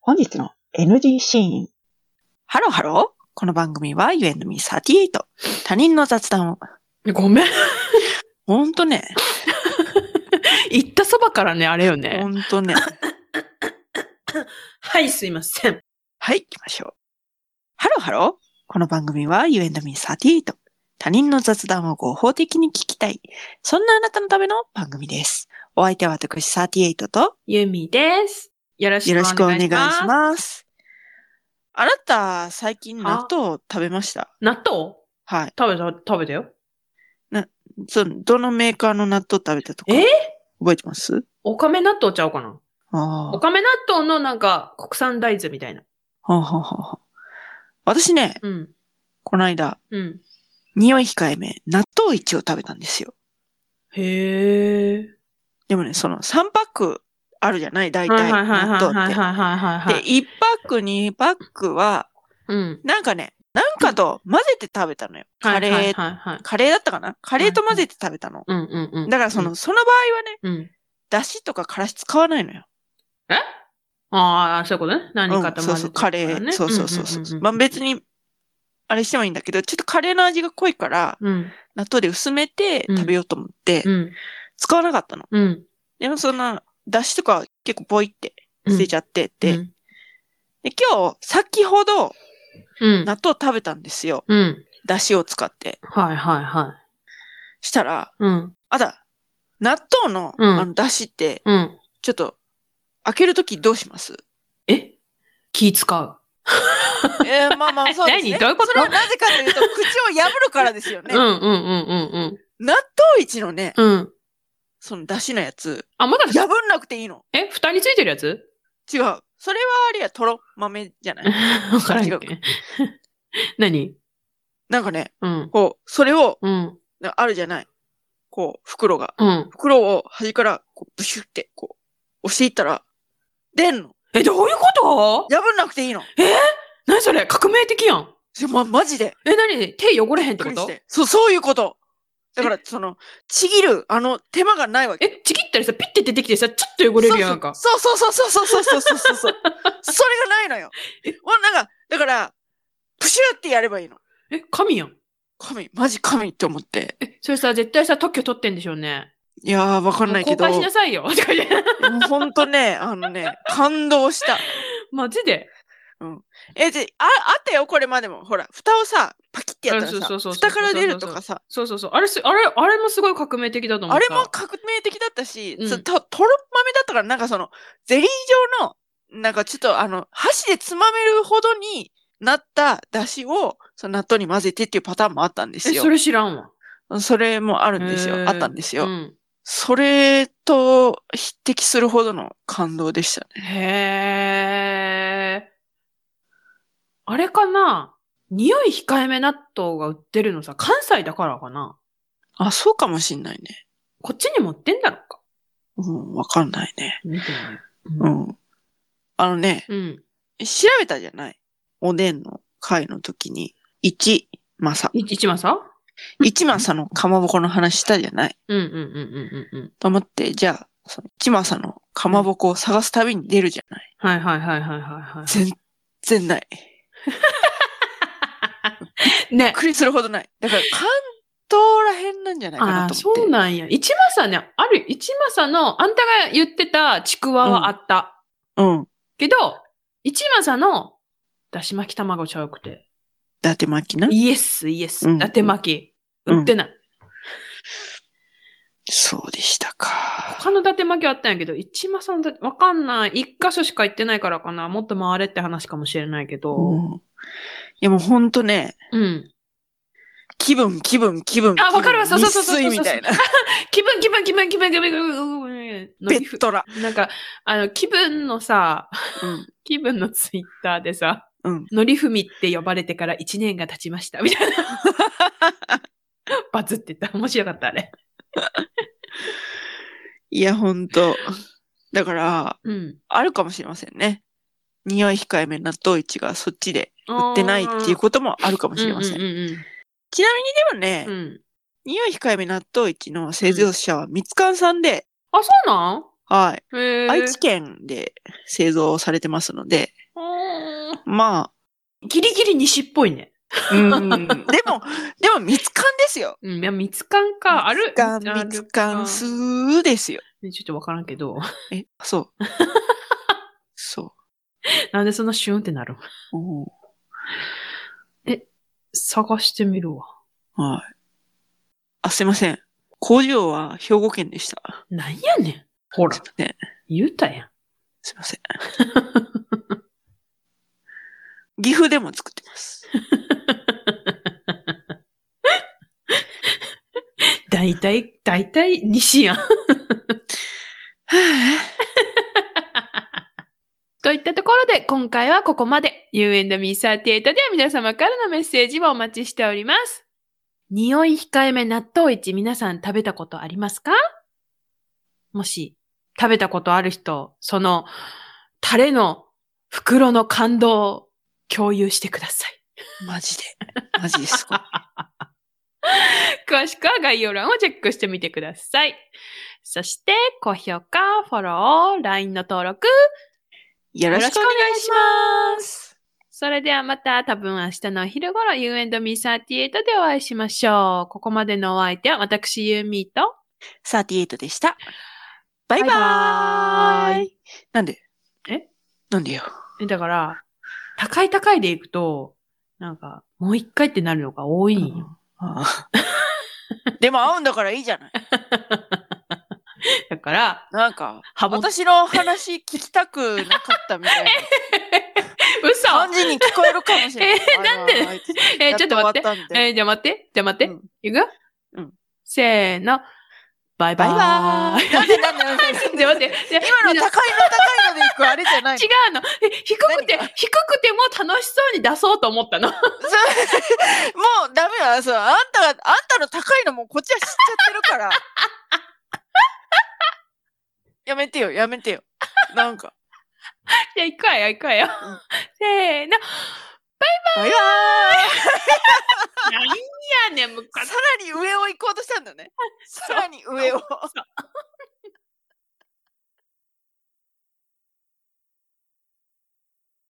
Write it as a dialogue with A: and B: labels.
A: 本日の NG シーン。
B: ハローハロー。この番組は You and me38。他人の雑談を。
C: ごめん。
B: ほんとね。
C: 行ったそばからね、あれよ
B: ほ
C: ね。
B: ん とね。
C: はい、すいません。
B: はい、行きましょう。ハローハロー。この番組は You and me38。他人の雑談を合法的に聞きたい。そんなあなたのための番組です。お相手は私38と
C: ゆみです。よろし
B: よろし
C: く
B: く
C: お
B: お
C: 願
B: 願
C: い
B: い
C: し
B: し
C: ます。
B: ます。あなた、最近納豆を食べました
C: 納豆
B: はい。
C: 食べた、食べたよ。
B: そのどのメーカーの納豆食べたとか
C: え
B: 覚えてます
C: おかめ納豆ちゃうかな
B: あ
C: お
B: あ。
C: かめ納豆のなんか国産大豆みたいな。
B: はあはあはあはあ私ね、
C: うん。
B: この間、
C: うん。
B: 匂い控えめ、納豆一を食べたんですよ。
C: へえ。
B: でもね、その3パックあるじゃない大
C: はいはい
B: 体、
C: はいはい
B: 納
C: はい
B: 豆って。
C: はいはい。
B: で、1パック、2パックは、
C: うん。
B: なんかね、なんかと混ぜて食べたのよ。カレー、
C: はいはいはい。
B: カレーだったかなカレーと混ぜて食べたの。
C: うんうんうん。
B: だからその、、その場合はね、
C: うん。
B: だしとかからし使わないのよ。
C: ああ、そういうことね。何かと
B: うん
C: 混
B: そう
C: ぜ
B: そ
C: て
B: う、カレー。
C: ね
B: そうそうそうそう,、
C: んんんん
B: まあ別に、あれしてもいいんだけど、ちょっとカレーの味が濃いから、
C: うん。
B: 納豆で薄めて食べようと思って、
C: うん。
B: 使わなかったの。
C: うん。
B: でもそんな、だしとか結構ポイって捨てちゃってて、
C: うん
B: で、今日、先ほど
C: うん。
B: 納豆食べたんですよ。
C: うん。
B: だしを使って。
C: はいはいはい。
B: したら、
C: うん。
B: あだ、納豆の、
C: うん
B: あの、だしって、
C: うん。
B: ちょっと、開けるときどうします
C: え気使う。
B: えー、まあま あ、そうですね。
C: 何どういうこと
B: それはなぜかというと、口を破るからですよね。
C: うんうんうん
B: 納豆一のね、
C: うんうん。うん。
B: そのだしのやつ、
C: あ、まだ、
B: 破んなくていいの。
C: え蓋についてるや つ
B: 違う。それはあれや、とろ豆じゃない。
C: わからんけど
B: 違う。
C: 何
B: なんかね、
C: うん。
B: こう、それを、
C: うん。
B: なあるじゃない。こう、袋が。
C: うん。
B: 袋を端から、こう、ブシュって、こう、押していったら、出んの。
C: え、どういうこと
B: 破んなくていいの。
C: えー何それ革命的やん。
B: いやま、マジで。
C: え、何手汚れへんっ
B: び
C: て
B: っく
C: こ
B: りし
C: と
B: て。そう、そういうこと。だから、その、ちぎる、あの、手間がないわけ。
C: え、ちぎったりさ、ピッて出てきてさ、ちょっと汚れるやんか。
B: そうそうそうそうそうそうそうそう そうそう。それがないのよ。もうなんか、だから、プシュってやればいいの。
C: え、神やん。
B: 神、マジ神って思って。
C: え、それさ、絶対さ、特許取ってんでしょうね。
B: いやー、わかんないけど、
C: もう公開し
B: も
C: なさいよ。 とか言って
B: うほんとね、あのね、感動した。
C: マジで。
B: え、じゃあ、あったよ、これまでも。ほら、蓋をさ、パキってやった
C: うん
B: ら
C: そうそ
B: さ、
C: うそう
B: 蓋から出るとかさ、
C: そうそうそう。あれす、あれ、あれもすごい革命的だと思
B: あ
C: った。
B: れも革命的だったし、
C: うん
B: そうととろ豆だったから、なんかその、ゼリー状の、なんかちょっとあの、箸でつまめるほどになった出汁を、その納豆に混ぜてっていうパターンもあったんです
C: え、
B: よ。
C: それ知らんわ。
B: それもあるんです
C: へ
B: よ。
C: ー
B: あったんです
C: う
B: よ。
C: ん。
B: それと匹敵するほどの感動でしたね。
C: へー。あれかな匂い控えめ納豆が売ってるのさ、関西だからかな
B: あ、そうかもしんないね。
C: こっちに持ってんだろうか
B: うん、わかんないね。
C: 見てみ
B: う
C: よ
B: ん。あのね、
C: う。うん。
B: 調べたじゃない。おでんの会の時に、一政。
C: い一番さ
B: 一政のかまぼこの話したじゃない。
C: うんうんうんうんうんうん。
B: と思って、じゃあ、その一政のかまぼこを探す旅に出るじゃない。
C: はいはいはいはいはいは
B: 全然ない。びっ
C: い。ね。
B: くりするほどない。だから関東らへんなんじゃないか
C: あ
B: な
C: あ、
B: と
C: そ
B: 思って。
C: うなんや。一正ね、ある、一正の、あんたが言ってたちくわはあった。
B: うん。
C: けど、一正の、だし巻き卵ちゃうくて。
B: 伊達巻きな。
C: イエス、イエス。
B: うん
C: 伊達巻き。
B: うん
C: 売ってない。
B: そうでしたか。
C: 他の伊達巻きはあったんやけど、一正の伊達、わかんない。一箇所しか行ってないからかな。もっと回れって話かもしれないけど。
B: うんいやもうほんとね、
C: うん。気
B: 気分、気分、気分。
C: あわかるわ
B: 気分
C: そうそうそうそうそう
B: 日水みたいな。
C: 分、気分、気分、気分、気分、気分、
B: ベッドラ。
C: なんか、あの、気分のさ、
B: うん。
C: 気分のツイッターでさ、
B: うん。
C: のりふみって呼ばれてから1年が経ちました、みたいな。バズってた。面白かった、あれ。
B: いや、ほんと。だから、
C: うん。
B: あるかもしれませんね。匂い控えめ納豆市がそっちで売ってないっていう
C: か
B: こともあるかも
C: も
B: しれません。
C: うんうん
B: ちなみにで
C: うんう
B: もね、
C: ん。うん。
B: 匂い控えめ納豆市の製造者は三つかんさんで、
C: あ、そうなん
B: はい。
C: へえ。
B: 愛知県で製造されてますので、
C: うーん
B: ま
C: ギリギリ西っぽいね。
B: あ、うん、でも、でも、蜜柑ですよ。
C: うん、いや、蜜柑か、ある。
B: 蜜柑、蜜柑、すーですよ。
C: ねちょっとわからんけど。
B: え、そう。そ
C: なんでそんなシュンってなるの
B: う。うん
C: 探してみるわ。
B: はい。あ、すいません。工場は兵庫県でした。
C: なんやねん。ほら
B: すい、ません。
C: 言うたやん。
B: すいません。岐阜でも作ってます。
C: 大体、大体、西やん。 といったところで、今回はここまで。U&Me38 では皆様からのメッセージをお待ちしております。匂い控えめ納豆一皆さん食べたことありますかもし、食べたことある人、その、タレの袋の感動を共有してください。
B: マジで。マジです。
C: 詳しくは概要欄をチェックしてみてください。そして、高評価、フォロー、LINE の登録、
B: よろしくお願いします。
C: それではまた多分明日のお昼頃 You and me38 でお会いしましょう。ここまでのお相手は私ユーミーと
B: 38でした。バイバーイ
C: バイバーイ
B: なんで
C: え
B: なんでよ。
C: えだから、高い高いでいくと、なんか、もう一回ってなるのが多いんよ。
B: ああでも会うんだからいいじゃない。
C: だから、
B: なんか、
C: ハ モ、嘘
B: 私の話聞きたくなかったみ たいな感じに聞こえるかもしれない。え、なん
C: でえ
B: や
C: ちょっと待って。
B: 終わたみたい
C: えーじゃあ待って。じゃあ待って。
B: うん
C: いく
B: うん。
C: せーの。バイバ
B: な
C: イ。
B: バイバーイ。 なんでなんでなんでなんで
C: じゃあ待って。じゃあ
B: 今の高いの
C: じゃあ
B: 高いので行くあれじゃないの
C: 違うの。え低くて、
B: 何が
C: 低くても楽しそうに出そうと思った の。
B: そうもうダメだ。そうあんたが、あんたの高いのもうこっちは知っちゃってるから。 やめてよ、やめてよ。なんか。
C: じゃあ行くわよ、行くわよ。
B: ん
C: せーの。
B: バイバーイ
C: なんやねん、むか
B: さらに上を行こうとしたんだね。さらに上を。